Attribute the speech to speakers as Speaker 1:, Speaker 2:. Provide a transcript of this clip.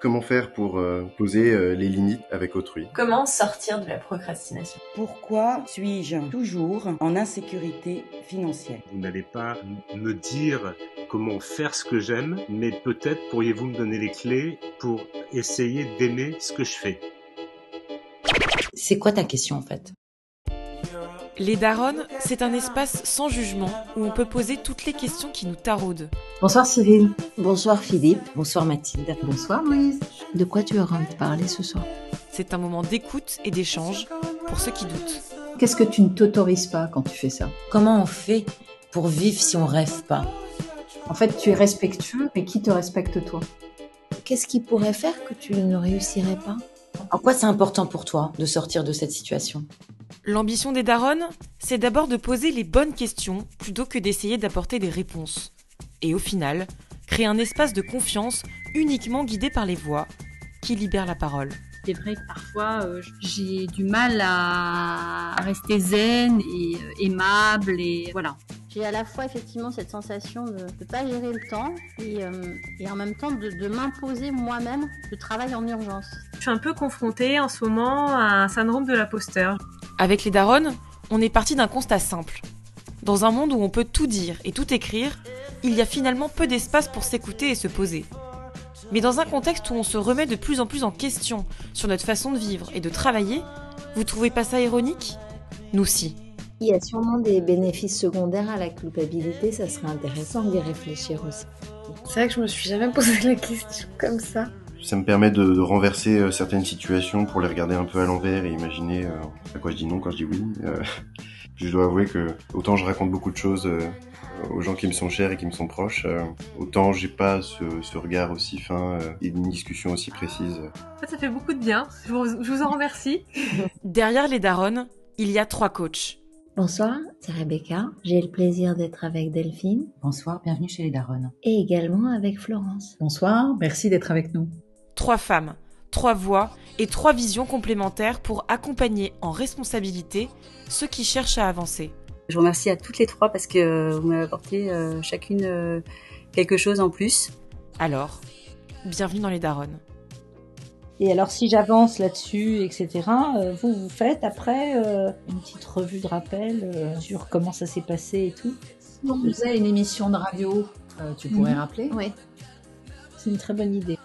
Speaker 1: Comment faire pour euh, poser euh, les limites avec autrui
Speaker 2: Comment sortir de la procrastination
Speaker 3: Pourquoi suis-je toujours en insécurité financière
Speaker 4: Vous n'allez pas me dire comment faire ce que j'aime, mais peut-être pourriez-vous me donner les clés pour essayer d'aimer ce que je fais.
Speaker 5: C'est quoi ta question en fait
Speaker 6: Les Daronnes, c'est un espace sans jugement où on peut poser toutes les questions qui nous taraudent.
Speaker 5: Bonsoir Cyril.
Speaker 7: Bonsoir Philippe.
Speaker 5: Bonsoir Mathilde.
Speaker 7: Bonsoir Louise. De quoi tu auras envie de parler ce soir
Speaker 6: C'est un moment d'écoute et d'échange pour ceux qui doutent.
Speaker 7: Qu'est-ce que tu ne t'autorises pas quand tu fais ça
Speaker 5: Comment on fait pour vivre si on rêve pas
Speaker 7: En fait, tu es respectueux, mais qui te respecte toi Qu'est-ce qui pourrait faire que tu ne réussirais pas
Speaker 5: En quoi c'est important pour toi de sortir de cette situation
Speaker 6: L'ambition des Daronnes, c'est d'abord de poser les bonnes questions plutôt que d'essayer d'apporter des réponses. Et au final, créer un espace de confiance uniquement guidé par les voix qui libère la parole.
Speaker 8: C'est vrai que parfois euh, j'ai du mal à rester zen et euh, aimable et voilà.
Speaker 9: J'ai à la fois effectivement cette sensation de ne pas gérer le temps et, euh, et en même temps de, de m'imposer moi-même le travail en urgence.
Speaker 10: Je suis un peu confrontée en ce moment à un syndrome de l'imposteur.
Speaker 6: Avec les Daronnes, on est parti d'un constat simple. Dans un monde où on peut tout dire et tout écrire, il y a finalement peu d'espace pour s'écouter et se poser. Mais dans un contexte où on se remet de plus en plus en question sur notre façon de vivre et de travailler, vous trouvez pas ça ironique Nous si.
Speaker 11: Il y a sûrement des bénéfices secondaires à la culpabilité, ça serait intéressant d'y réfléchir aussi.
Speaker 12: C'est vrai que je me suis jamais posé la question comme ça.
Speaker 1: Ça me permet de, de renverser euh, certaines situations pour les regarder un peu à l'envers et imaginer euh, à quoi je dis non quand je dis oui. Euh, je dois avouer que autant je raconte beaucoup de choses euh, aux gens qui me sont chers et qui me sont proches. Euh, autant j'ai pas ce, ce, regard aussi fin euh, et une discussion aussi précise.
Speaker 10: Ça fait beaucoup de bien. Je vous, je vous en remercie.
Speaker 6: Derrière les Daronnes, il y a trois coachs.
Speaker 11: Bonsoir, c'est Rebecca. J'ai le plaisir d'être avec Delphine.
Speaker 5: Bonsoir, bienvenue chez les Daronnes.
Speaker 11: Et également avec Florence.
Speaker 13: Bonsoir, merci d'être avec nous.
Speaker 6: Trois femmes, trois voix et trois visions complémentaires pour accompagner en responsabilité ceux qui cherchent à avancer.
Speaker 14: Je vous remercie à toutes les trois parce que vous m'avez apporté euh, chacune quelque chose en plus.
Speaker 6: Alors, bienvenue dans les Daronnes.
Speaker 15: Et alors, si j'avance là-dessus, etc., vous vous faites après euh, une petite revue de rappel euh, sur comment ça s'est passé et tout. Mhm.
Speaker 16: Si on faisait une émission de radio, euh, tu pourrais mmh. rappeler
Speaker 15: Oui. C'est une très bonne idée.